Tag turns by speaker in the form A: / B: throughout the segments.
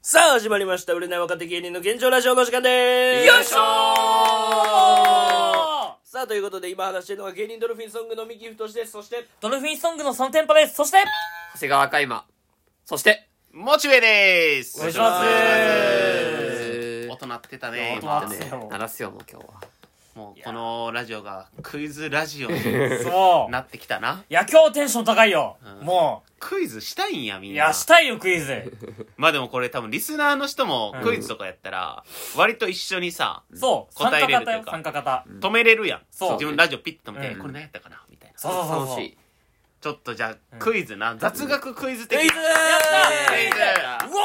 A: さあ、始まりました。売れない若手芸人の現状ラジオの時間でーす。
B: よいしょー
A: さあ、ということで、今話しているのが芸人ドルフィンソングの三木太志です。そして、
B: ドルフィンソングのそのテンポです。そして、長谷川海馬。そして、
C: モチベです
B: お願いし
A: ま
B: ますす。
C: 大人ってたね
B: 音
C: 今
B: 鳴
C: ね
B: ってよ。鳴らすよ、もう今日は。
C: もうこのラジオがクイズラジオに
B: そう。
C: なってきたな
B: 野球テンション高いよ。も
C: クイズしたいんやみ
B: う。
C: ん
B: い
C: な
B: や、したいよ、クイズ。
C: まあでもこれ多分リスナーの人もクイズとかやったら割と一緒にさ
B: そう。参
C: 答え
B: 加
C: れると
B: 型
C: いう
B: よ、
C: か
B: 参加型。
C: 止めれるやん
B: そう
C: 自分ラジオピッと止めて
B: うん
C: これ何やったかなみたいな
B: そうそうそうそう。
D: 楽しい。
C: ちょっとじゃあクイズな雑学クイズ的
B: クイズやった
C: クイズ
B: うわ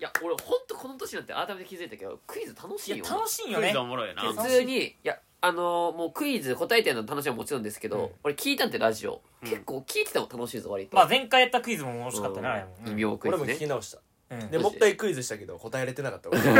D: いや、俺ほんとこの年になって改めて気づいたけど、クイズ楽し
B: ー
D: い
B: い
D: よ
B: や、
D: な。
B: 楽しいよ
C: クイ
B: ね
C: ズ。おもろいよな
B: クイズ
D: 普通に、いや、あのーもうクイズ答えてるの楽しいのはもちろんですけど、
B: うん
D: 俺聞いたんってラジオ。
C: ん
D: 結構聞いてても楽しいぞ、割と。
B: まあ、前回やったクイズも面白かったね、
D: うん
B: あれも。うん
D: 異名クイ
E: 俺
D: ズ
E: も聞き
D: ね。
E: 直した、
B: うん
E: で
D: マジで
E: もう一回クイズしたけど答えれてなかった 俺何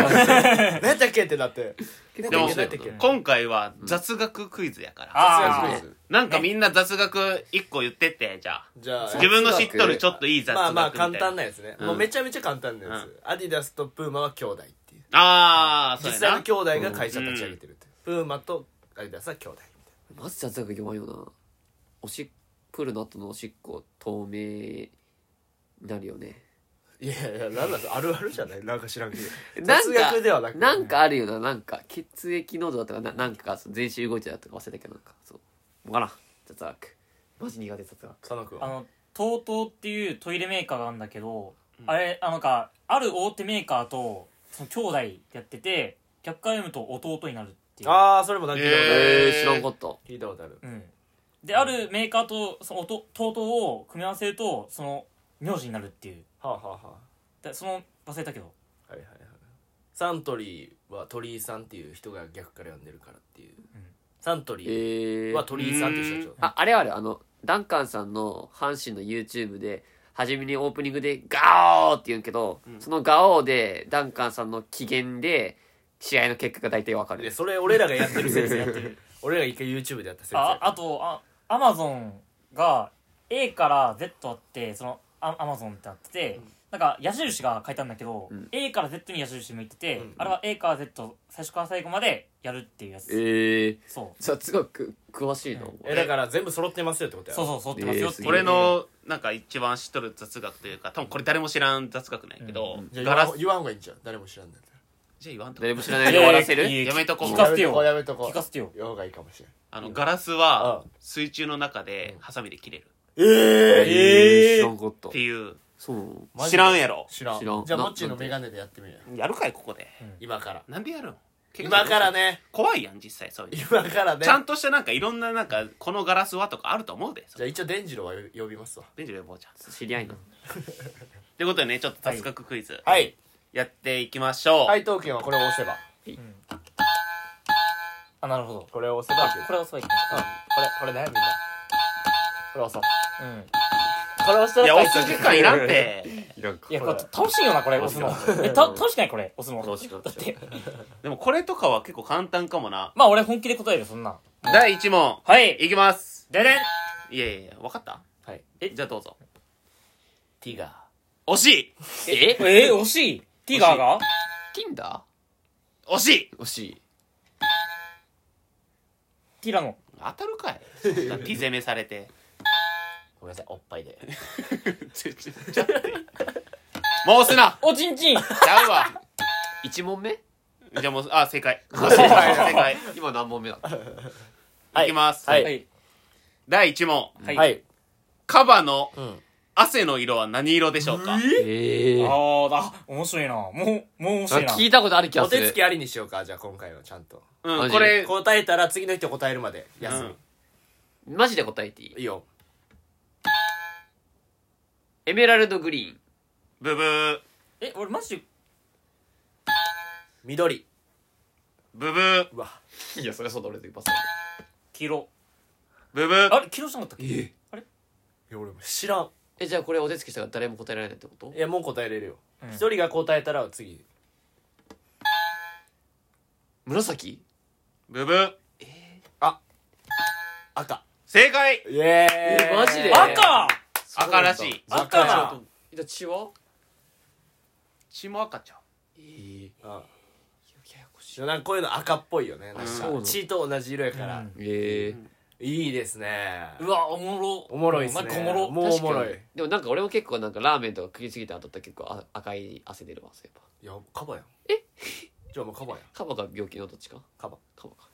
E: やったっけってなって
D: 結
C: で
D: 構
C: も
D: 面白い
E: でも
D: よな。
C: 今回は雑学クイズやから
B: あ
E: クイ
B: あ。
E: ズ
C: なんかみんな雑学一個言ってってじゃあ
E: じゃあ
C: 自分の知っとるちょっといい雑学み
E: まあ
C: たいな
E: まあ簡単なやつね、
C: うん
E: もうめちゃめちゃ簡単なやつ、
C: う
E: アディダスとプーマは兄弟っていう
C: ああそ
E: 実
C: うや
E: 際
C: な
E: の兄弟が会社立ち上げてるって、プーマとアディダスは兄弟
D: まず雑学読まんよな。おしっ、プールの後のおしっこ、透明になるよね。
E: みたいないやいやなんなんあるあるじゃないなんか知らんけど
D: な
E: 雑
D: んか
E: 学ではなく
D: んかあるよな、なんか、血液濃度だとか、ななんか、その全身動いてたとか忘れたけど、なんか、そう。わからん。雑学。マジ苦手、雑学。
E: 佐野君
B: あ
E: は
B: の、TOTO っていうトイレメーカーがあるんだけど、あれ、あのか、ある大手メーカーと、その兄弟でやってて、逆から読むと弟になるっていう。
E: ああそれもなんか聞いたことある、
D: え
C: へー
D: ー、知らんかった。
E: 聞いたことある
B: うん。で、あるメーカーと、その音、TOTO を組み合わせると、その、名字になるっていう。
E: はあはあは
B: だその、忘れたけど。
E: あはいはいはいサントリーは鳥居さんっていう人が逆から呼んでるからっていう、サントリー、
D: えー。
E: は鳥居さんっていう社長
D: あ、あれある、あの、ダンカンさんの阪神の YouTube で、初めにオープニングでガオーって言うんけど、そのガオーで、ダンカンさんの機嫌で、試合の結果が大体わか
E: で
D: る。
E: それ俺らがやってる先生やってる俺らが一回 YouTube でやった先生
B: あ、あと、あ、アマゾンが、A から Z あって、その、アマゾンってあってて、なんか矢印が書いてあるんだけど、A から Z に矢印向いてて、あれは A から Z 最初から最後までやるっていうやつ、
D: えー、
B: そう
D: 雑学、詳しいな。
E: えだから全部揃ってますよってことや
B: そうそうそうってますよっていう、
C: 俺のなんか一番知っとる雑学というか多分これ誰も知らん雑学なんやけど、
E: じゃあ言わ
C: ガラ
E: ん
C: ス
E: 言わん方がいいんじゃん誰も知らんねんだ
C: じゃあ言わんと
D: 誰も知らないで終わらせる
B: いやいやいや
C: やめとこう
B: 聞かせてよ
E: やめとこうやめとこう
B: 聞かせてよ
E: 言わん方がいいかもしれん
C: あのガラスは
E: う
C: 水中の中でハサミで切れる
D: えー、知らんかった
C: って。いう
D: そうなの
E: マジで
C: 知らんやろ
E: 知らん
D: 知らん
E: じゃあ
D: な
E: モッチーのメガネでやってみるや
C: やるかいここで、
E: 今から
C: なんでやるん
E: 今からね
C: 怖いやん実際そういうの
E: 今からね
C: ちゃんとしたなんかいろんななんかこのガラスはとかあると思うで
E: じゃあ一応伝次郎は呼びますわ
C: ベンジル坊ちゃんと
D: 知り合いな。
C: いうことでねちょっと雑学クイズ
E: はい
C: やっていきましょう、
E: 回答権はこれを押せば
B: あなるほど
E: これを押せば
B: これはそういっ
E: うんこれこれねみんなこれ押そう
B: たうん
E: これ押した
C: い
E: ら回
C: や押
E: 答
C: す
E: 権
C: 時間いらんて
B: いやこれ楽しいよなこれ押すのえた楽しくないこれ押すの
D: 楽しかった
B: だって
C: でもこれとかは結構簡単かもな
B: まあ俺本気で答えるよそんな
C: 第1問
B: はい
C: いきます
B: ででん
C: いやいやいや、分かった
E: はい
C: え、じゃあどうぞ。
E: ティガー
C: 惜しい
D: え
B: えー、惜しいティガーが
D: ティンダ
C: 惜しい
D: ー惜しい。
B: ティラノ
C: 当たるかいそんなピ攻めされて。
E: ごめんなさいおっぱいで
C: ちょちょちょっともう押すな
B: おちんちん
C: ちゃうわ
D: 1問目
C: じゃあもう、あ、正解。正解、正解。
D: 今何問目だった
C: いきます。
E: はい
B: はい
C: 第1問。
B: はい、
E: はい
C: カバの
E: うん
C: 汗の色は何色でしょうか
D: えー。
B: ああだ面白いなもうもう面白いな
D: 聞いたことある気が
E: お
D: する。
E: 手つきありにしようかじゃあ今回はちゃんと
C: う
D: マ
C: ん、
D: ジ
C: これ、
E: 答えたら次の人答えるまで休み、
D: マジで答えていい
E: いいよ
D: エメラルドグリーン。
C: ブブー、
B: え俺マジで
E: 緑
C: ブブー、
E: うわ
D: いや、それはそうだ、俺でパス
B: 黄色
C: ブブー。
B: あれ黄色じゃなかったっけ
E: えいや俺も知らん
D: え、じゃあこれお手つきしたから誰も答えられないってこと
E: いやもう答えれるよ
B: うん
E: 一、人が答えたら次
D: 紫
C: ブブー。
E: 赤
C: 正解
E: イエ
D: えマジで
B: 赤
C: 赤らしい。
E: 赤
B: 赤
D: じゃあ血は
C: 下赤ちゃん
E: あなんかこういうの赤っぽいよねなんか
D: そうなの
E: 血と同じ色やから、
B: うん
D: ええ
E: いいですね
B: うわおもろ
E: おもろいっすね
B: なんかおもろ
E: もうおもろい
D: でもなんか俺も結構なんかラーメンとか食いすぎた後って結構あ赤い汗出るわそういえば
E: いやカバやんえじゃあもうカバやん
D: カバが病気のどっちか
E: カバ
D: カバか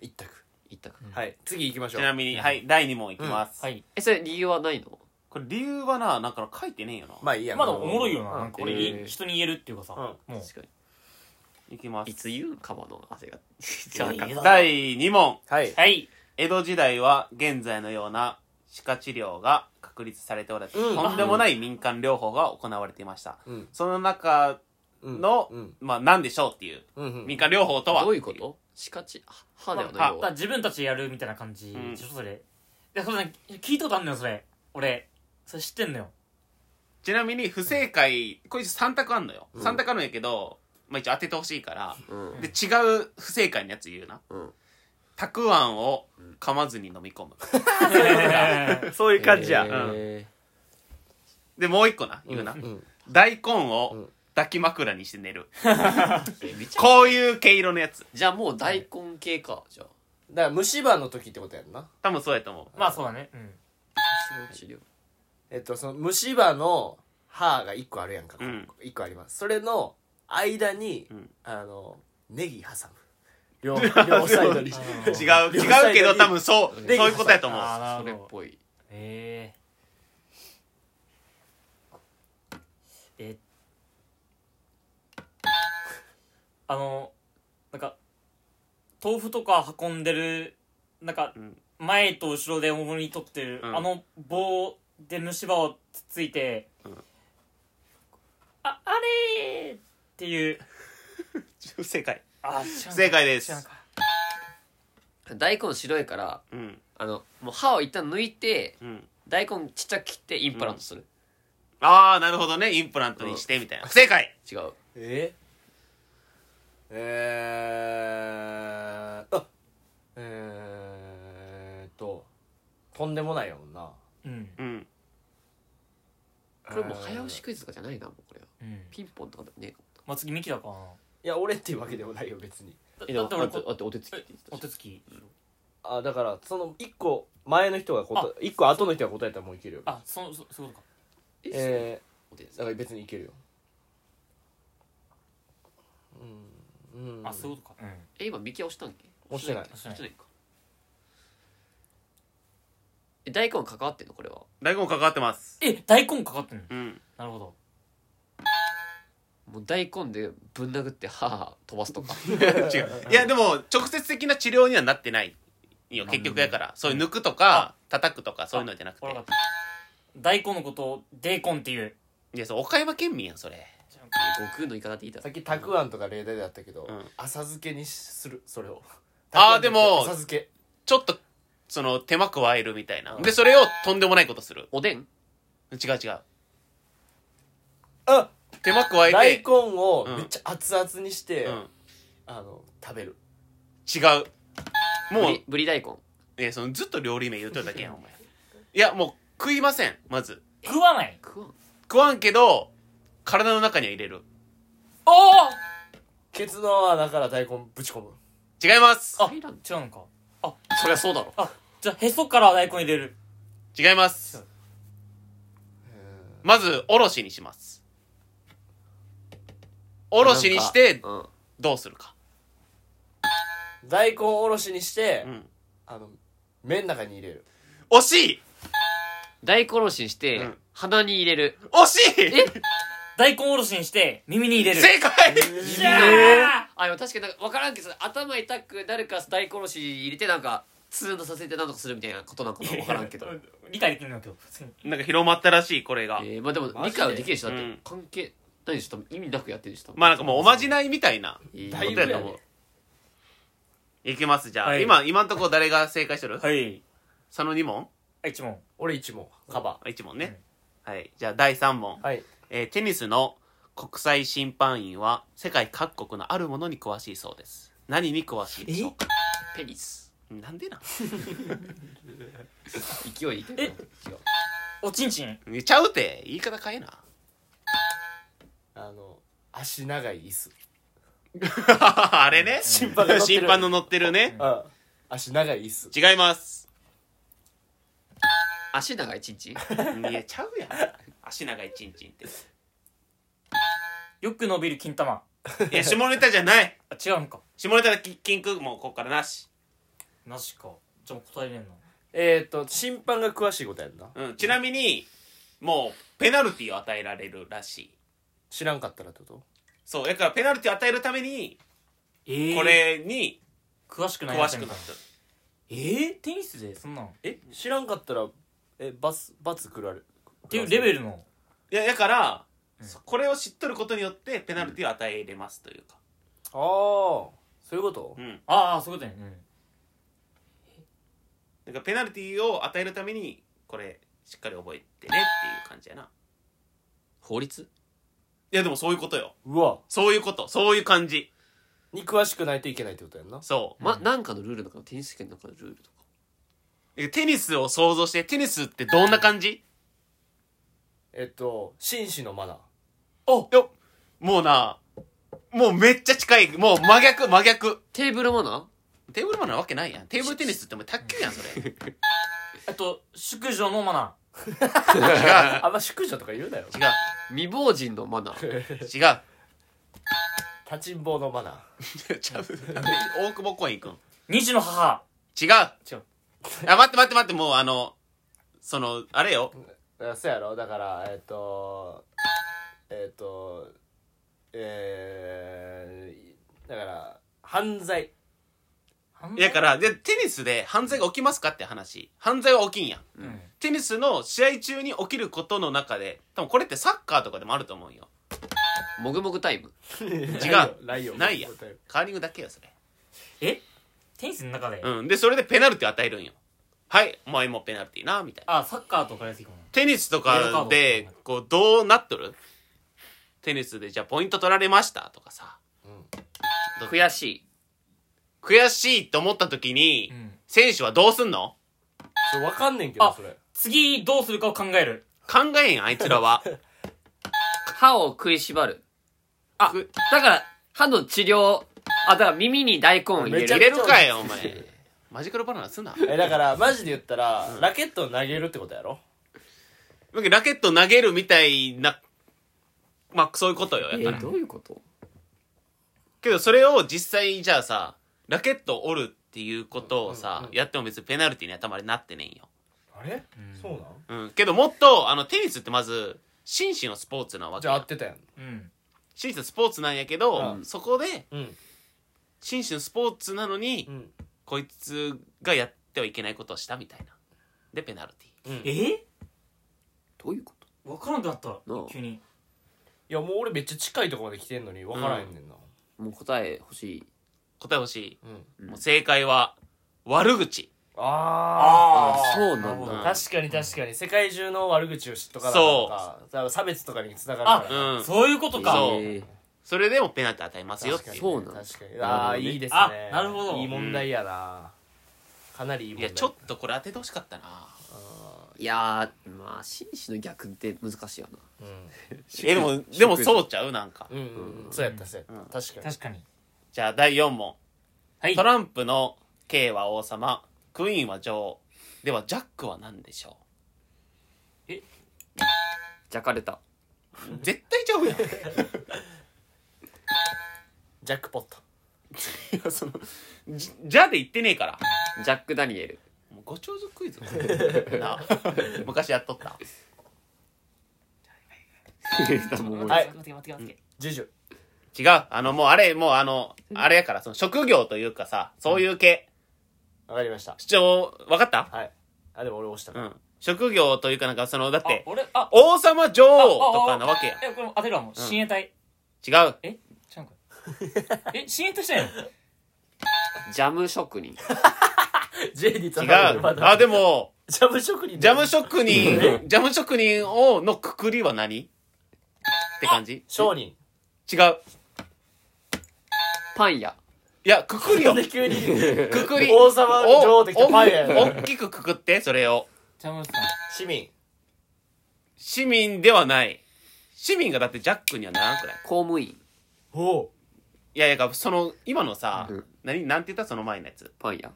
E: 一択
D: 言ったか
E: はい次行きましょ
C: ちな
E: う
C: みにはい第2問いきます、
B: はい
D: えそれ理由はないの
C: これ理由はななんか書いてねえよな、
E: まあいいや
B: まあでもおもろいよな
E: うん
B: なんかこれい
D: えー
B: 人に言えるっていうかさも
E: う
B: う
D: 確かに
C: いきます
D: いつ言うんカバの汗がじゃあ
B: いやいや
C: 第2問
E: はい
B: はい
C: 江戸時代は現在のような歯科治療が確立されておらず、
E: うん
C: とんでもない民間療法が行われていました、
E: うん
C: その中の、
E: うん
C: まあ何でしょうっていう
E: うんうん
C: 民間療法とは
D: どういうことしかちあ歯では
C: ま
D: な
C: あ
D: い
B: だから
D: よ
B: 自分たちでやるみたいな感じ
C: うん
B: でしょそれいやそれね聞いたことあんのよそれ俺それ知ってんの よ
C: ちなみに不正解これ3択あんのよ、三3択あるんやけど、まあ、一応当ててほしいから、
D: うん
C: で違う不正解のやつ言うな
D: うん
C: たくあんを噛まずに飲み込む、
E: そういう感じや、
D: え
C: でもう一個な言うな、
E: ん
C: 大根を抱き枕にして 寝る、こういう毛色のやつ
D: ーじゃあもう大根系かじゃあ
E: だから虫歯の時ってことやんな
C: 多分そうやと思う
B: まあそうだねうん
D: 治療
E: えっとその虫歯の歯が1個あるやんか、
C: うん
E: 1個ありますそれの間に、
C: うん
E: あのネギ挟む両両サイドに
B: あ
C: 違
B: の
C: う
B: ー
E: 両
C: 違
E: サ
C: う
E: イドに
C: けど多分そうそう
E: で
C: いうことやと思う
B: あーなる
D: そ
B: ほど
D: れっぽい
B: えー、え あのなんか豆腐とか運んでるなんか、
C: うん
B: 前と後ろで重り取ってる、
C: うん
B: あの棒で虫歯をつついて、
C: うん
B: ああれーっていう
C: 不正解
B: あ不
C: 不正解です
D: 大根白いから
C: うん
D: あのもう歯を一旦抜いて
C: うん
D: 大根ちっちゃく切ってインプラントする
C: ああなるほどねインプラントにしてみたいな不正解
D: 違う
E: ええー、あえーっととんでもないやもんな
B: うん
C: うん
D: これもう早押しクイズとかじゃないなもうこれは
B: うん
D: ピンポンとかでもね
B: まあ次ミキだかない
E: や俺っていうわけでもないよ別に
B: だ
D: えでも
B: だって俺
D: あ
B: こと
D: あとお手つきって言って
B: お
D: た
B: 手
D: し
B: つき
E: あだからその1個前の人が答え1個後の人が答えたらもういけるよ
B: あそそそういうことか
D: え
E: え
D: お手つ
E: ー、
D: き
E: だから別にいけるようんうん
B: あそういうことかうん
D: え今右は押したんけ
E: 押してない
D: 押してないかえ大根関わってんのこれは
C: 大根関わってます
B: え大根かかってんの
C: うん
B: なるほど
D: もう大根でぶん殴って歯飛ばすと か
C: 違ういやでも直接的な治療にはなってないよ結局やからそういう抜くとか叩くとかそういうのじゃなくて
B: わかった大根のことをデーコンっていう
C: いやそう岡山県民やんそれ
D: 悟空の言い方でいいだ
E: さ
D: ろ
E: っきたくあんとか例題だったけど、
C: うん
E: 浅漬けにするそれを
C: あーでも
E: 浅漬け
C: ちょっとその手間加えるみたいなでそれをとんでもないことする
D: おでん
C: 違う違う
E: あ
C: 手間加え
E: 大
C: て
E: 根を
C: うん
E: めっちゃ熱々にして、
C: うん
E: あの食べる
C: 違う
D: ぶ
C: もう
D: りぶり大根
C: えそのずっと料理名言うとるだけやんお前いやもう食いませんまず
B: 食わない
D: 食わん
C: 食わんけど体の中には入れる
B: おお
E: ケツの穴から大根ぶち込む
C: 違います
B: あ
D: 入らん
B: 違うのか
D: そりゃそうだろ
B: あじゃあへそから大根入れる
C: 違いますまずおろしにしますおろしにして
D: なんか
C: どうするか
E: 大根おろしにして、
C: うん
E: あの麺の中に入れる
C: 惜しい
D: うん大根おろしにし
C: う
D: て
C: ん
D: 鼻に入れる
C: 惜しい
B: 大根おろしにして耳に入れる
C: 正解
B: じゃあ
D: あでも確かになんか分からんけど頭痛くなるから大根おろし入れてなんかツーンとさせてなんとかするみたいなことなんかな分からんけど
B: 理解できるんだけど普通に
C: なんか広まったらしいこれが
D: えー、まあでも
E: マ
D: 理
E: ジで
D: 解はできるでしょだっ
C: う
D: て
C: ん
D: 関係ないでしょ多分意味なくやってるでしょ多分
C: まあなんかもうおまじないみたいな
D: えー
E: だい
C: ぶやね
D: と思う
C: いきますじゃあ
B: はい
C: 今今んとこ誰が正解してる
B: はい
C: 佐野2問
B: あ一問
E: 俺一問カバ
C: 1問ねはいじゃあ第3問
E: ーはい
C: えーテニスの国際審判員は世界各国のあるものに詳しいそうです何に詳しいでしょうか
D: ペニス
C: なんでなん
D: 勢いいけど違う
B: おちんちん
C: ちゃうて言い方変えな
E: あの足長い椅子
C: あれね審
E: 判が乗ってる
C: の乗ってるね
E: うん足長い椅子
C: 違います
D: 足長いチンチン
C: 見えちゃうやん足長いチンチンって
B: よく伸びる金玉
C: いや下ネタじゃない
B: あ違うんか
C: 下ネタのキキンクもうこっからなし、
B: なしかじゃあ答えれんの
E: えっ、ー、と審判が詳しいことやんな
C: うん、ちなみにもうペナルティを与えられるらしい
E: 知らんかったらってこと
C: そうだからペナルティを与えるために
B: え
C: これに
B: 詳しくない
C: 詳しくなっ、
B: ったえー、テニスでそんなんっ
E: え知らんかったらえ罰罰くられるって
B: いうレベ
E: ル
B: ルの
C: いやだから、そこれを知っとることによってペナルティを与えれますというか
E: ああそういうこと
C: うん、
B: ああそういうことやね、
C: だからペナルティを与えるためにこれしっかり覚えてねっていう感じやな
D: 法律
C: いやでもそういうことよ
E: うわ
C: そういうことそういう感じ
E: に詳しくないといけないってことやんな
C: そう
D: ま、なんかのルールだからテニス圏の中のルールとか
C: えテニスを想像してテニスってどんな感じ
E: えっと紳士のマナー
C: およもうなもうめっちゃ近いもう真逆真逆
D: テーブルマナー
C: テーブルマナーなわけないやんテーブルテニスってお前卓球やんそれ
B: うん、あと淑女のマナー
E: あんま淑女とか言うなよ
C: 違う
D: 未亡人のマナー
C: 違う
E: 立ちんぼうのマナー
C: ちゃう大久保公園行くん
B: 二児の母
C: 違う
B: 違う
C: あ待って待って待ってもうあのそのあれよ
E: だからそうやろだからえっ、とえっ、とえー、だから犯罪
C: いやだからでテニスで犯罪が起きますかって話犯罪は起きんやん
B: うん
C: テニスの試合中に起きることの中で多分これってサッカーとかでもあると思うよ
D: もぐもぐタイム
C: 違う
E: ないよ
C: ないやんカーリングだけよそれ
B: えテニスの中で、
C: うんでそれでペナルティ与えるんよはいお前もペナルティなみたいな
B: あサッカーとかやついいかも
C: テニスと
B: イエローカー
C: か
B: ド
C: でこうどうなっとるテニスでじゃあポイント取られましたとかさ
D: 悔しい
C: 悔しいと思った時に、
B: うん
C: 選手はどうすんの
E: それ分かんねんけど
B: あ
E: それ
B: 次どうするかを考える
C: 考えんあいつら は
D: 歯を食いしばるあ
C: く
D: だから歯の治療あだから耳に大根を入れ
E: め
D: る
E: ちゃ
C: 入
E: くちゃ
C: れるかよお前マジカルバナナすんな
E: えだからマジで言ったら、ラケットを投げるってことやろ
C: ラケット投げるみたいなまあそういうことよ
D: え
C: やったら
D: ー、どういうこと
C: けどそれを実際じゃあさラケット折るっていうことをさ、やっても別にペナルティーに頭でなってねんよ、
E: あれ、そうなん
C: うん、けどもっとあのテニスってまず紳士のスポーツなわけ
E: じゃあ合
C: よ
E: ってたやん
B: うん
C: 紳士のスポーツなんやけど、
E: うん
C: そこで
E: うん
C: 紳士のスポーツなのに、
E: うん
C: こいつがやってはいけないことをしたみたいなでペナルティー
B: え
D: どういうこ
B: 分からなくなった
D: なあ
B: 急に
E: いやもう俺めっちゃ近いところまで来てんのに分からへんねんな、
D: ともう答え欲しい
C: 答え欲しい、
E: うん
C: もう正解は悪口
E: あ
D: あそうなん
C: ー
D: だ
E: あ確かに確かに世界中の悪口を知っとかな
C: そう
E: とか差別とかにつながる
B: あ
E: か、ら
C: うん
B: そういうことか
C: そう
D: えー
C: それでもペナルティー与えますよっていう
D: そうなんだ
E: 確かにああ
D: なるほどね
E: いいですね
B: あなるほど
E: いい問題やな、かなりいい問
C: い
E: 題
C: やちょっとこれ当ててほしかったない
D: やーまあ紳士の逆って難しいよな
E: う
C: えでもでもそうちゃうなんか
E: ん、うんうんうん、そうやったそうやった、確かに
B: 確かに
C: じゃあ第4問
B: はい
C: トランプの K は王様クイーンは女王ではジャックは何でしょ
D: ジャカルタ
C: う絶対ちゃうやんい
E: ジャックポット
C: やそのじじゃあで言ってねえから
D: ジャック・ダニ エル
C: もうご長寿クイズ なあ昔やっとった
E: はい
B: 待って待って待って
E: ジュジュ
C: 違うあのもうあれもうあのあれやからその職業というかさそういう系、
E: わかりました
C: 主張分かった
E: はいあでも俺押した
C: う
E: な、
C: ん職業というかなんかそのだっ
B: あ
C: て
B: 俺あ
C: 王様女王とかなわけや
B: えこれも当てるわもう親衛隊
C: 違う
B: え違うんか え親衛隊したやん
D: ジャム職人
E: ジェイディと
C: 違う
E: まだ
C: あでも
E: ジャム職人
C: ジャム職人ジャム職人をのくくりは何って感じ
E: 商人
C: 違う
D: パン屋
C: いやくくりよ
E: で急に
C: くくり
E: 王様女王ってきたパン屋
C: おっきくくくってそれを
B: ジャムさん
E: 市民
C: 市民ではない市民がだってジャックにはならんくない
D: 公務員
E: ほ
C: いやいやその今のさ、
D: うん
C: 何なんて言ったその前のやつ
D: パンや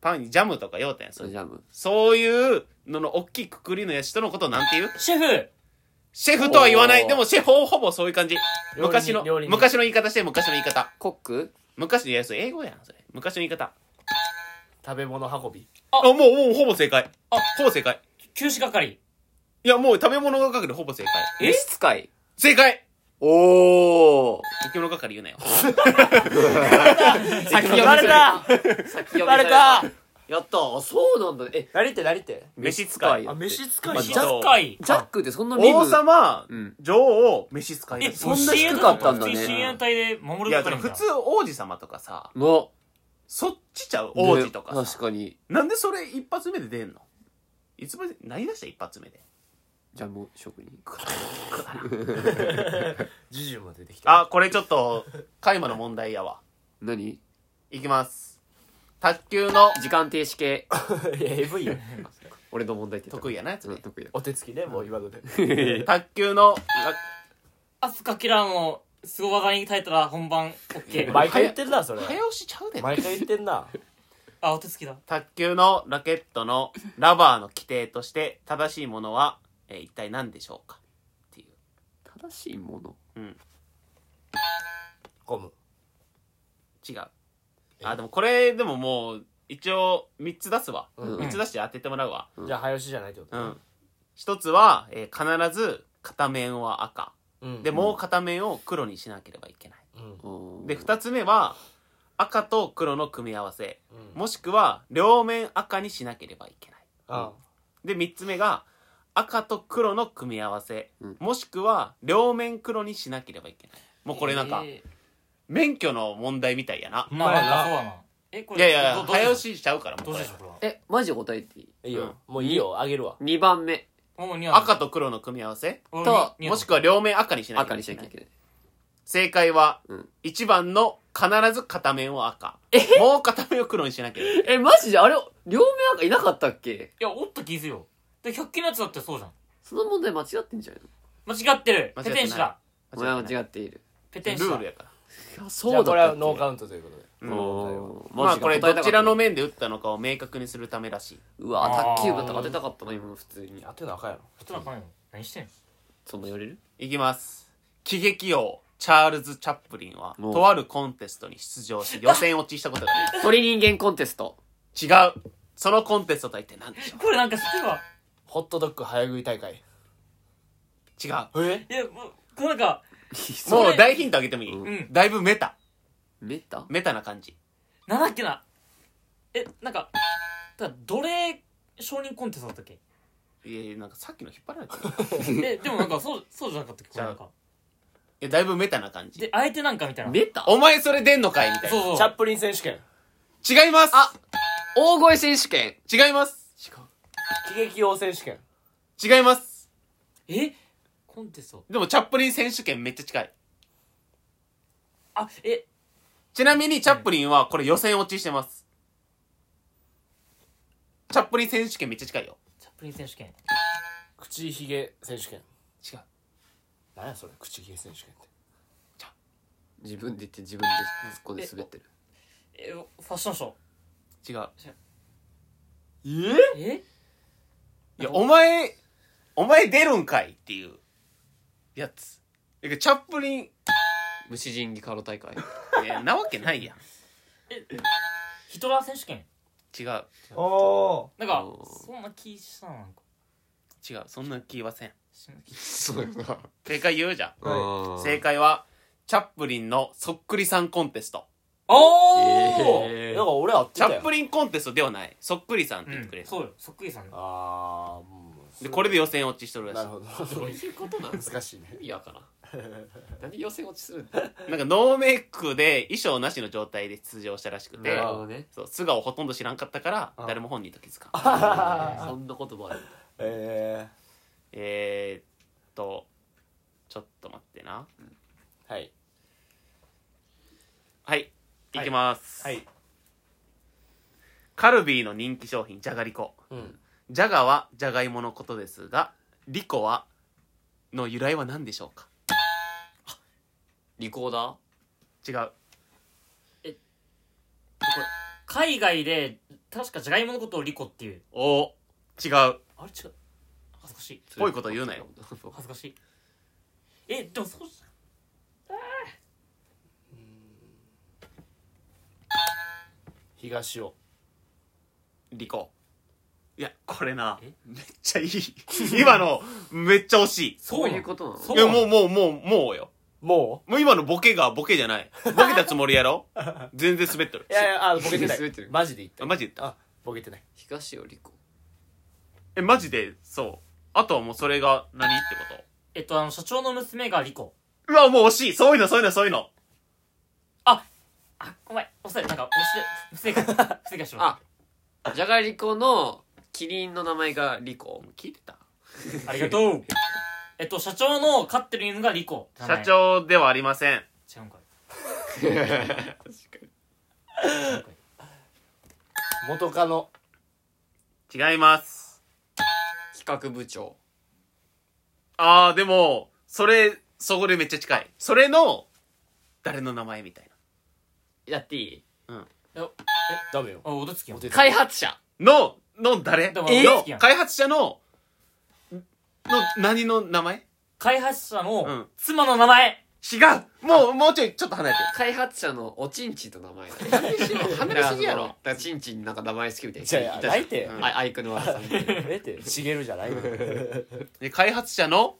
C: パンにジャムとか用たやんそ
D: ジャム
C: そういうのの大きいくくりのやつとのことなんて言う
B: シェフ
C: シェフとは言わな
D: お
C: い
D: ー
C: でもシェフほほぼそういう感じ
E: 料理人
C: 昔の
E: 料理人
C: 昔の言い方して昔の言い方
D: コック
C: 昔のいやそれ英語やんそれ昔の言い方
E: う食べ物運び
C: あもうもうほぼ正解あほぼ正解
B: 休止係
C: いやもう食べ物係でほぼ正解
D: 召使い
C: 正解
D: おお
C: 生き物係言うなよ
D: 先読み
E: バレた
D: 先読み
E: バレた
D: やったあそうなんだえ
E: 何って何って
C: 飯使い
D: や
E: あ
D: って
E: 飯使
C: ま
E: い
C: あ
B: 召
C: ジャ
B: 使い
D: ジャックってそんな身分
C: 王様、
D: うん
C: 女王召使いだ
B: え
C: し
D: そんな低かったんだね
B: 普通親衛隊で守
C: い
B: る
C: や
B: 係
C: で
B: なん
C: も普
B: だ
C: 通王子様とかさ
D: の
C: そっちちゃう王子とかさ、
D: ね確かに
C: なんでそれ一発目で出んのいつまで何出した一発目で
D: ジャム職人
E: ジジュも出てきた
C: あこれちょっとカイマの問題やわ
D: 何
C: いきます卓球の
D: 時間停止系
E: いやエブいよ
D: 俺の問題って
C: 得意やなやつ
D: うん
C: ね
D: 得意だ
E: お手つきねもう今ので
C: 卓球の
B: 飛鳥キラーの凄技に耐えたら本番 OK
E: 毎回言ってんなそれ
C: ら早押しちゃうで
E: 毎回言ってんな
B: あお手つきだ
C: 卓球のラケットのラバーの規定として正しいものは、えー一体何でしょうかってい
D: 正しいもの
C: ううん
E: ゴム
C: 違うあでもこれでももう一応3つ出すわ、
E: うん
C: 3つ出して当ててもらうわ
E: じゃあ早押しじゃないってこ
C: う
E: と
C: ん1つは、えー必ず片面は赤
E: うん
C: でもう片面を黒にしなければいけない
E: うん
D: うん
C: で2つ目は赤と黒の組み合わせ
E: うん
C: もしくは両面赤にしなければいけない
E: あ
C: で3つ目が赤と黒の組み合わせ、
D: うん
C: もしくは両面黒にしなければいけないもうこれなんか、
B: え
C: 免許の問題みたいやな
B: ー、まあ
E: まあ
B: なんかそうだなえこ
C: い
B: れ
C: やいや
B: どどう
C: 早押ししちゃうからも
B: ど
C: う
B: う
C: こ
B: し
C: れ
B: ましょうこれは
D: えマジで答えていい
E: いいうよ
C: ん
E: もういいよあげるわ
D: 2番目
B: もう似合う
C: 赤と黒の組み合わせ
B: 俺
D: と
B: 似合う
C: もしくは両面赤にしなき
D: 赤
C: ゃ
D: に
C: い
D: し
C: けな
D: なきゃい
C: い
D: けない
C: 正解は
D: うん
C: 1番の必ず片面を赤もう片面を黒にしなきゃいけ ない
D: えマジであれ両面赤いなかったっけ
B: いやおった気するよで100均のやつだってそうじゃん
D: その問題間違ってんじゃないの
B: 間違ってる
C: 間違っ
B: ペ
C: てない
B: テン師だ
D: お前は
C: 違
D: 間違っている
B: ペテン師
C: ルー
B: だ
C: ルやから
D: いやそ
E: じゃあこれは
D: け
E: ノーカウントということで
C: うん
D: おー
C: まあこれ
D: マジか答えた
C: ど
D: かった
C: ちらの面で打ったのかを明確にするためらしいう
D: わ
B: あー
D: 卓球部とか当てたかったな今の普通に
E: やってなあかんやろ
B: 普通なんかないの何してんの
D: そんな言われる
C: いきます。喜劇王、チャールズ・チャップリンは、
D: お
C: とあるコンテストに出場し、予選落ちしたことがあ
D: 鳥人間コンテスト
C: る。違う。そのコンテストとは一体何でしょ
B: これなんか知ってるわ
E: ホットドッグ早食い大会
C: う違う。
E: え
B: いやもうこれなんか
C: もう大ヒントあげてもいい、
B: うん
C: だいぶメタ。
D: メタ
C: メタな感じ。
B: なんだっけなえなんかだから奴隷承認コンテストだったっけ
C: いやなんかさっきの引っ張られてる。い
B: えでもなんかそうそうじゃなかったっけ
C: じゃあ
B: なんか
C: や、だいぶメタな感 じ。
B: で相手なんかみたいな
D: メタ
C: お前それ出んのかいみたい
B: そうそう
E: チャップリン選手権
C: な。違いますあ
D: 大声選手権
C: 違います
E: 喜劇王選手権
C: 違います
B: えコンテスト
C: でもチャップリン選手権めっちゃ近い。
B: あえ
C: ちなみにチャップリンはこれ予選落ちしてます。チャップリン選手権めっちゃ近いよ。
B: チャップリン選手権
E: 口ひげ選手権
C: 違う。
E: 何やそれ口ひげ選手権って
D: 自分で言って自分で突っ込んで滑ってる
B: えファッションショー
C: 違う。
B: え
C: いや、お前、お前出るんかいっていう、やつ。だけどチャップリン、
D: 虫人技カロ大会
C: いやなわけないやん。
B: ヒトラー選手権
C: 違う、
E: お
B: なんか
D: おー
B: そんな気したななんか
C: 違う、そんな気はせん。
B: しな
D: そうやな
C: 正解言うじゃん。
D: あ
C: 正解は、チャップリンのそっくりさんコンテスト。
B: お
E: お
B: ー
E: ーなんか俺合って
C: チ
E: た
C: ャ
E: よ
C: ップリンコンテストではない。そっくりさんって
B: う
C: 言ってくれ
B: ん
C: る。
B: そうよそっくりさんだ
E: あーもう
C: で、これで予選落ちしとるら
E: な
C: し
E: るほど
D: どういうことなんですか
E: 難しいね
D: いやかな何予選落ちするんだ
C: い。なんかノーメイクで衣装なしの状態で出場したらしくて
D: なる、ほどね
C: そう素顔ほとんど知らんかったから
E: うん、
C: 誰も本人と気づかん。
D: そんな言葉ある
E: え
C: えー、っと、ちょっと待ってな。
E: ー、はい
C: はい、いきます。
E: はい
C: カルビーの人気商品じゃがりこ
E: うん
C: じゃがはじゃがいものことですがりこはの由来は何でしょうか
D: リコーダ
C: 違う
B: 海外で確かじゃがいものことをリコっていう
C: お違う
B: あれ違う恥ずかしい
C: ぽいこと言うなよ
B: 恥ずかしいえでもそうじ
E: 東尾
C: リコいやこれな
B: え
C: めっちゃいい今のめっちゃ惜しい
D: そういうことなの
B: そう
C: いやもうもうもうもうよ
E: も
C: もう今のボケがボケじゃないボケたつもりや ろ全然滑っとる
E: ういやいやあボケてな
D: 滑ってる
E: いマジで言っ
C: あ
E: た
C: マジで言った
E: あボケてない
D: 東より子
C: えマジでそうあとはもうそれが何ってこ
B: えっとあの社長の娘がリコ
C: とうわもう惜しいそういうのそういうのそういうの
B: あごめん遅いなんか押して不正解不正解しま
D: あじゃがりこのキリンの名前がリコ
C: 聞いてた
B: したありがとうえっと社長の飼ってる犬がリコ
C: 社長ではありません
B: 長違うんかい
E: 元カノ
C: 違います
D: 企画部長
C: あーでもそれそこでめっちゃ近いそれの誰の名前みたい
D: やってい
E: えダメよ
B: あお手つきやん
E: お手
D: い
E: つき
D: 開発者
C: ののの誰
B: で
C: の
B: も大好きやん
C: 開発者のの何の名前
B: 開発者
C: う
B: の
C: ん
B: 妻の名前
C: 違うもうもうちょいちょっと離れて
D: 開発者のおちんちんと名前だね
C: 離れすぎやろ
D: だからちんちんなんか名前好きみたい
E: じゃあ
D: な
E: 泣いてよ
D: あアイク の技さんみたいな
E: 泣いてよしげるじゃないの
C: で開発者の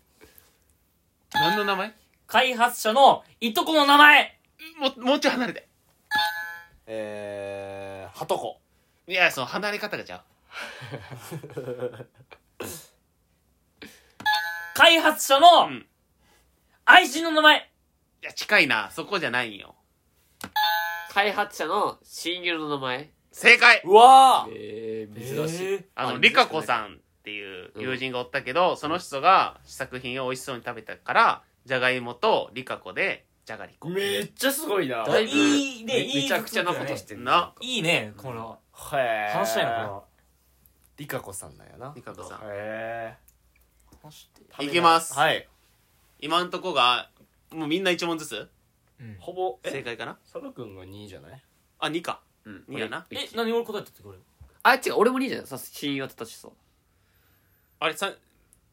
C: 何の名前
B: 開発者のいとこの名前
C: もうもうちょい離れて
E: えーはとこ
C: いやその離れ方がちゃ
B: 開発者の
C: うん
B: 愛人の名前
C: ういや近いなそこじゃないんよ
D: 開発者の親友の名前
C: 正解
E: うわー
D: え
B: 珍しい
C: あ
D: あ
C: の、リカコさんっていう友人がおったけど、その人が試作品を美味しそうに食べたから、じゃがいもとリカコで、じゃがりこ。
E: めっちゃすごいな
D: だいぶ
B: いいね
D: め
B: いい
D: めちゃくちゃなことしてん
C: ない
B: いねこれは
E: へ
B: 話したいなこれは
E: りかこさんなんやな
C: リカコさん。
E: へ
B: 話して
E: え
C: いきます
E: はい
C: 今んとこが、もうみんな一問ずつ
B: うん
E: ほぼ
C: 正
E: え
C: 解かな
E: 佐野くんが2位じゃない
C: あ、2か。
D: うん
C: いいやな
B: え何俺答えたってこれ
D: あ違う俺も2じゃないさ親友当てたしそう
C: あれ、さ、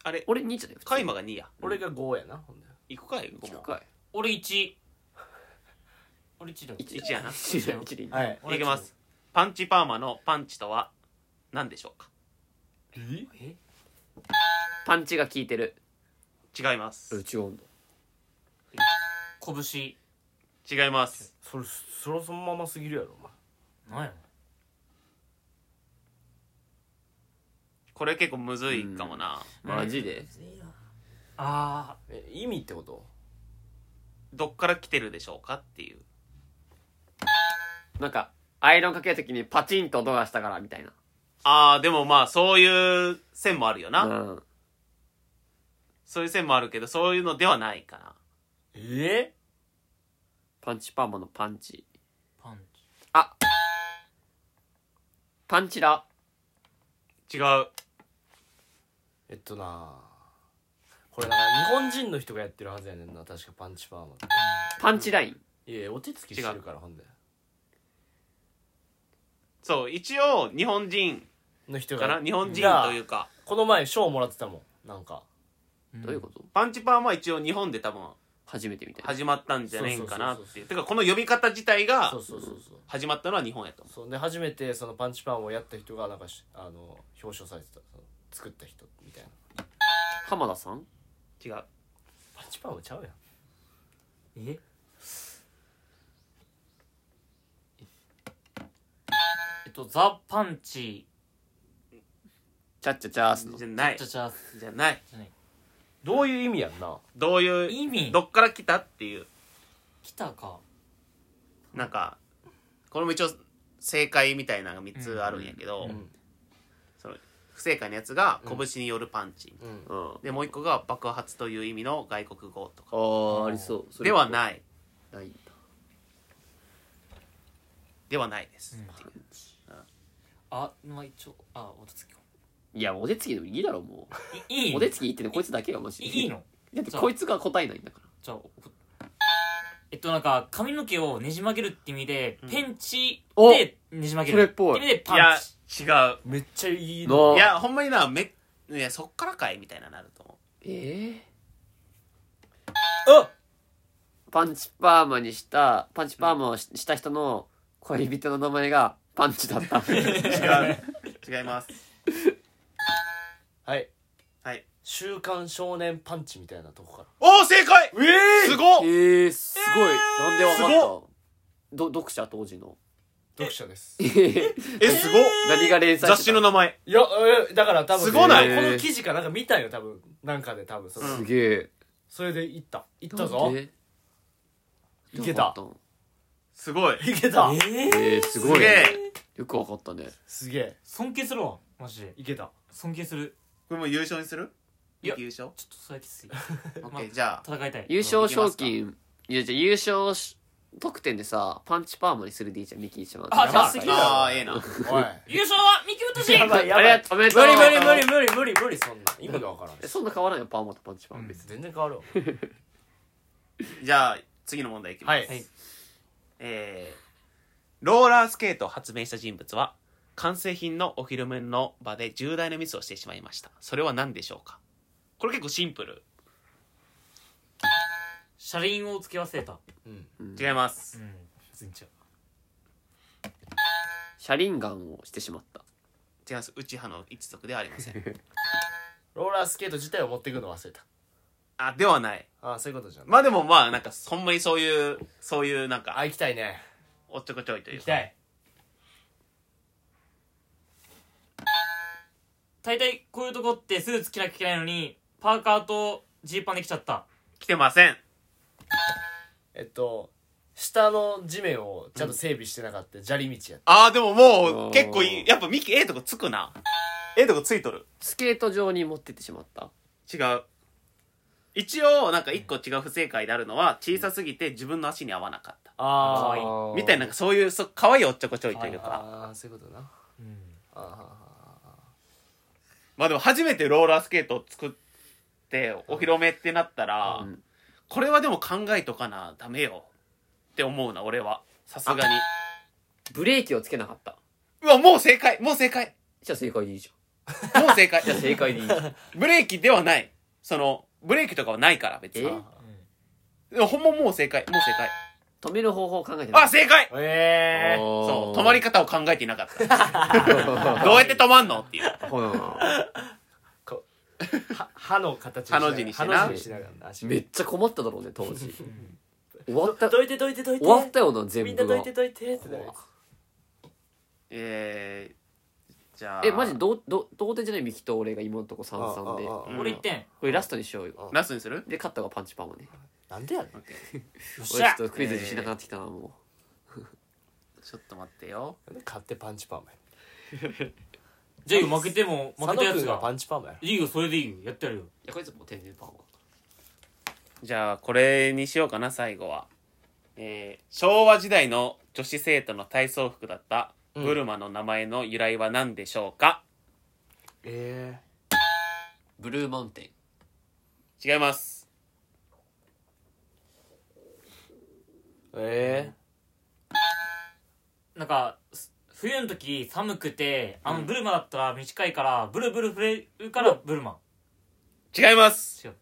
C: あれ、
D: 俺2じゃない
C: カイマが2や。
E: 俺が5やなほんで
C: 行くかい行くも。
D: 1回
B: 俺1俺1だよ
C: 1やな。い
D: 1でいい
E: はい
B: 俺一
C: きます。パンチパーマのパンチとは、何でしょう
B: え
D: パンチが効いてる
C: か違います。
D: 違うんだ
B: 拳
C: 違います。
E: それそろそのまますぎるやろお前
B: なんや
C: これ結構むずいかもな。
D: マジで
B: あ
E: え意味ってこと
C: どっから来てるでしょうかっていう。
D: なんかアイロンかけるときにパチンと音がしたからみたいな
C: あー、でもまあ、そういう線もあるよな。
D: うん
C: そういう線もあるけど、そういうのではないかな。
E: え
D: パンチパーマのパンチ
B: ーパンチ
D: パンチラ
C: 違う。
E: えっとなこれなんか日本人の人がやってるはずやねんな確かパンチパーマって
D: パンチライン
E: いやいやお手つきしてるからほんで
C: そう、一応、日本人
E: の人
C: か
E: が
C: な日本人
E: が
C: というか、
E: この前賞もらってたもんなんか
B: ん
D: どういうこと
C: パンチパーマは一応日本で多分
D: 初めてみたいな
C: 始まったんじゃねえんかな
E: そうそ
C: っ
E: うそう
C: ていう。てか、この呼び方自体が
E: そうそうそうそう
C: 始まったのは日本やと思
E: そうで初めてそのパンチパーマをやった人がなんかしあの表彰されてたその作った人みたいな
D: 浜田さん
C: う。違う。
E: パンチパーマちゃうやん
B: ええっとザ・パンチ
D: チャッチャチャースの
C: じゃない
B: チャ。チャ
C: じゃない。
E: どういう意味やんな
C: どういう、
B: 意味
C: どっから来たっていう。
B: 来たか
C: なんか、これも一応、正解みたいなのが3つあるんやけど、
E: ん
C: その不正解のやつが、拳によるパンチ。
E: うん
D: うん
C: で、もう一個が爆発という意味の外国語とか。
D: あーありそうそれ
C: ではない。
D: ないんだ
C: ではないです。っていう
B: あまあ一応あお手つきか
D: いやお手つきでもいいだろも
B: いいう
D: お手つき言ってんのこいつだけがマジ
B: いいの
D: だってこいつが答えないんだから
B: じゃあおえっとなんか髪の毛をねじ曲げるって意味で、ペンチ
D: お
B: でねじ曲げる
D: それっぽい
B: って意味でパン
C: いや
B: チ
C: 違う
E: めっちゃいい
D: なあ
C: いやほんまになめいやそっからかいみたいななると思
D: ええ
E: あ
D: パンチパーマにしたパンチパーマをしした人の恋人の名前がパンチだった
C: う違う違います
E: はい
C: はい
E: 週刊少年パンチみたいなとこから
C: おお正解
E: え
C: すごっ
D: ええすごい、なんでわかっ
C: す
D: たど読者当時の
E: 読者です
C: えすごっ
D: 何が連載
C: 雑誌の名前
E: いやえだから多分
C: すごない
E: この記事かなんか見たよ多分なんかで多分その、
C: うん
D: すげえ
E: それで行った行ったぞいけた
C: すごい
E: 行けた
B: えー、
D: ええ
C: す
D: すごい
C: げ
D: ね
C: え
D: よくわかったね
E: すげえ
B: 尊敬するわマジで
E: 行け た
B: 尊敬する
C: これもう優勝にする
B: いや
C: 優勝
B: ちょっとそれはきつい
C: オッ
B: まあ
C: ケーじゃあ
B: 戦いたい
D: 優
B: うん
D: 勝賞金いやじゃあ優勝し得点でさパンチパーマにするでいいじゃんミキ一番
B: あじゃあ
D: やばい
B: 次だ
C: ああええな
E: おい
B: 優勝は三木太志
E: やばいやばい
D: ありがとうおめでと
E: 無
D: う
E: 理無理無理無理無理無理そんな意味がわからん
D: えそんな変わらんよパーマとパンチパー
B: う
D: マ、
B: ん
E: 全然変わるわ
C: じゃあ次の問題いきます、
E: はい
B: はい
C: えーローラースケートを発明した人物は完成品のお披露目の場で重大なミスをしてしまいましたそれは何でしょうかこれ結構シンプル、
B: 車輪を付け忘れた
E: うん
C: 違います
B: うん全然違う
D: 車輪ガンをしてしまった
C: 違います内派の一族ではありません
E: ローラースケート自体を持っていくの忘れた
C: あではない
E: ああそういうことじゃん
C: まあでもまあなんかほんまにそういうそういうなん
E: あ
C: か
E: 行きたいね
C: おっちょこちょいとい
E: 行
C: うか
E: きたい
B: 大体こういうとこってスーツ着なきゃいけないのにパーカーとジーパンで来ちゃった
C: 来てません
E: えっと下の地面をちゃんと整備してなかった砂利道やっ
C: ああでもも
D: お
C: う
D: ー
C: 結構いいやっぱミキええとこつくなええとこついとる
D: スケート場に持ってってしまった
C: 違う一応なんか一個違う不正解であるのは小さすぎて自分の足に合わなかった
E: たあ
B: ー
E: あ
C: みたいななんかそういうそう可愛いおっちょこちょいというか
E: ああそういうことな
B: うん
E: あ
C: まあでも初めてローラースケートを作ってお披露目ってなったら、
D: うん
C: これはでも考えとかなダメよって思うな俺はさすがに
D: ブレーキをつけなかった
C: うわもう正解もう正解
D: じゃあ正解でいいじ
C: もう正 解
D: ゃんじゃあ正解でいいじゃん
C: ブレーキではないそのブレーキとかはないから別に
D: え
C: でもほんまもう正解もう正解
D: 止める方法を考えてない
C: あ正解
E: あええ
C: そう止まり方を考えていなかった どうやって止まんのっていう
E: 歯の形
C: 歯の字にしてな
E: 歯の字にしながら足
D: めっちゃ困っただろうね当時終わった
E: どいてどいてどいて
D: 終わったよな全
E: みんな
D: 部
E: どい
D: が
E: てどいてってなる
C: えー、じゃあ
D: えマジどうどう同点じゃないミキと俺が今のとこ三々で
E: ああああ
C: うん
B: 俺1点よ
D: これラストにしようよ
C: ラストにする
D: で勝ったがパンチパーマね
E: なんでやねん
B: っし
D: 俺ちょ
B: ゃ
D: っとクイズ自信なくなってきたなも
C: ちょっと待ってよ
E: なんで買ってパンチパーマや
B: じゃあ負けても負
E: 佐野
B: けたや
E: 君
B: つ
E: がパ
B: が
E: ンチパーマや
B: いいよそれでいいよやってやるよ
D: ういやこいつもう天然パーマ
C: じゃあこれにしようかな最後は、えー昭和時代の女子生徒の体操服だった
E: うん
C: ブルマの名前の由来は何でしょうか、
E: え
D: ブルーマウンテン
C: 違います
E: ええ
B: なんかす冬の時寒くてあのブルマだったら短いからブルブル触れるからブルマ
C: 違います
B: 違う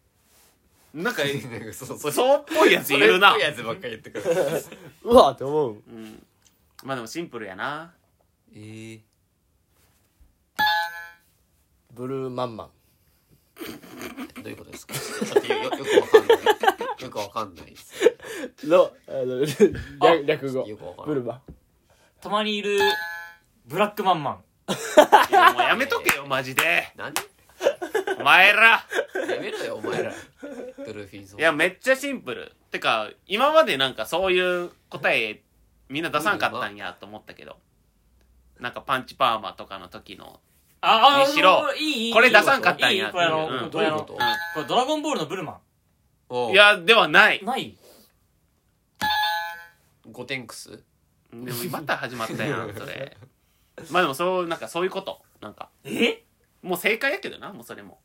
C: なんか
F: そうそう
C: そうっぽいやつ言うな
F: そういうやつばっかり言ってくる
E: うわって思う
C: うん、まあでもシンプルやな
D: えー、
E: ブルーマンマン
D: どういうことですかちょっとよよくわかん ないよくわかんないです
E: のあの略略語
D: よくわかん
E: ブル
D: ない
E: マ
B: たまにいるブラックマンマン
C: いやもうやめとけよマジで
D: 何
C: お前ら
D: やめろよお前らドルフィンソン
C: いやめっちゃシンプルてか今までなんかそういう答えみんな出さんかったんやと思ったけどなんかパンチパーマとかの時の
B: ああ
C: にしろ
B: いいいいいい
C: これ出さんかったん
B: いいい
C: や
B: いこれあの
C: うん
B: これあの
D: どういうこと
B: これドラゴンボールのブルマ
D: お
C: いやではない
B: ンない
D: ゴテンクス
C: でもまた始まったやんそれまあでもそうなんかそういうことなんか
B: え
C: もう正解やけどなもうそれも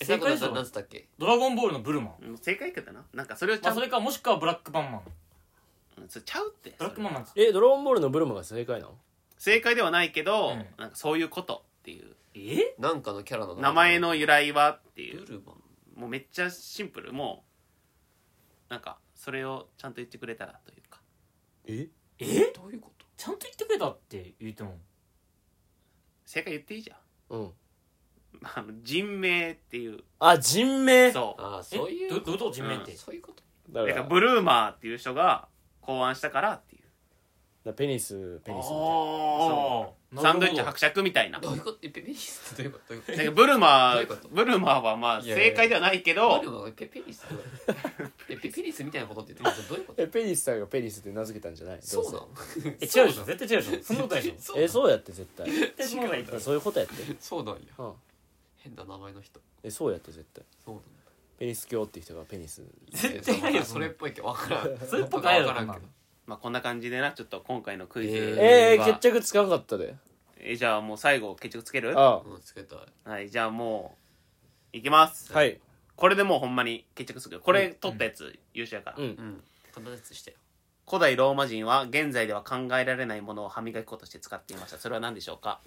D: え
B: 正解でし
D: さっき
B: ょ
D: なんつったっけ
B: ドラゴンボールのブルマン
C: もう正解やけどななんかそれをち
B: ま
C: ゃ
B: あ
C: ん
B: そ
C: と
B: れかもしくはブラックマンマン
C: んそれちゃうって
B: ドラッグマンマン
E: えドラゴンボールのブルマが正解なの
C: 正解ではないけど、
B: うん
C: なんかそういうことっていう
B: え
D: なんかのキャラの
C: 名前の由来はってい
D: ブ
C: う
D: ルマン
C: もうめっちゃシンプルもうなんかそれをちゃんと言ってくれたらというか
E: え
B: え
D: どういうこと
B: ちゃんと言ってくれたって言っても
C: 正解言っていいじゃん
E: うん
C: あの人名っていう
E: あ人名
C: そ
D: ああ
B: え
D: そういう
B: どどういうこと人名っ
C: う
B: て
D: そういうこと
E: だ
C: う
E: か
C: だかららブルーマーっていう人が考案したからっていう
E: ペニスペニスみたいな
B: ああ
C: サンドイッチ 伯爵みたいな
D: どういうことペペニスってどういうことどういうこ
C: だ
D: と
C: けどブルマ
D: どういう
C: ー
D: こと
C: ブルマーはまあ
E: いやいやいや
C: 正解ではないけ
D: ブル
C: ど
D: マンがペペニスってどういうことえペペニスみたいなことって言ってるけどどういうこと
E: えペニスさんがペニスって名付けたんじゃない
D: そうな
E: どせ
D: の
B: え違うでしょ絶対違うでしょそんなことない でしょ
D: そうなの
E: えそうやって絶 対
B: 絶対そんなことない
E: そういうことやって、
D: そうなんや
E: うん、
D: 変な名前の人
E: えそうやって絶対
D: そうなん
E: ペニス教っていう人がペニス
D: や
B: 絶対ないよ
D: それっぽいけど分からん
B: それっぽくないよ
D: 分からんけ
B: そん
D: ど
B: な
C: まあこんな感じでなちょっと今回のクイズ
D: えー
E: ええ
C: は
E: 決着つかんかったで
C: えじゃあもう最後決着つける
E: あ
D: うんつけたい
C: はいじゃあもういきます
E: あはい
C: これでもうほんまに決着つくこれ取ったやつ優秀やから
E: うん
D: うんこんなやつしてよ
C: 古代ローマ人は現在では考えられないものを歯磨き粉として使っていましたそれは何でしょうか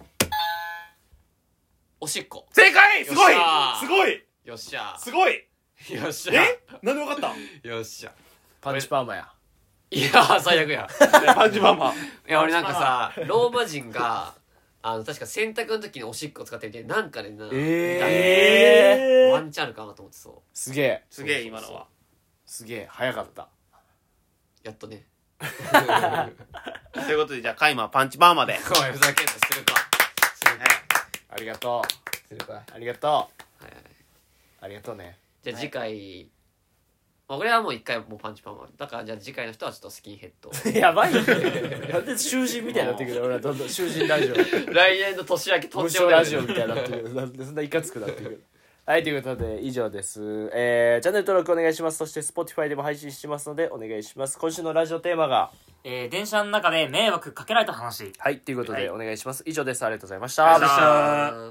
D: おしっこ
C: 正解すごい
D: よっしゃー
C: すごい
D: よ
C: すごい
D: っしゃよっしゃ
C: えなんでわかった
D: よっしゃ
E: パンチパーマや
D: いやー最悪や
C: パンチママ
D: いや俺なんかさローマ人があの確か洗濯の時におしっこ使ってみてなんかねな
E: え
D: 見た
E: え
D: ワンチャンあるかなと思ってそ
E: すげえ
C: すげえ今のは
E: すげえ早かった
D: うやっとね
C: ということでじゃあカイマはパンチバーマで
D: おいふざけんなするかするか
E: ありがと
D: するか
E: うありがと
D: はいはいう
E: ありがとうね
D: じゃあ次回まあ俺はもう一回もうパンチパンマンだからじゃあ次回の人はちょっとスキンヘッド
E: やばいよなんで囚人みたいになってくる俺はどんどん囚人ラジオ
D: 来年の年明けと
E: 無
D: んで
E: 償
D: もな
E: ラ
D: い
E: ジオみたいになってくるなんでそんないかつくなってくるはいということで以上です、えー、チャンネル登録お願いしますそして Spotify でも配信してますのでお願いします今週のラジオテーマが
B: えー電車の中で迷惑かけられた話
E: はいということでお願いします、以上ですありがとうございました
C: ありがとうございました
D: あー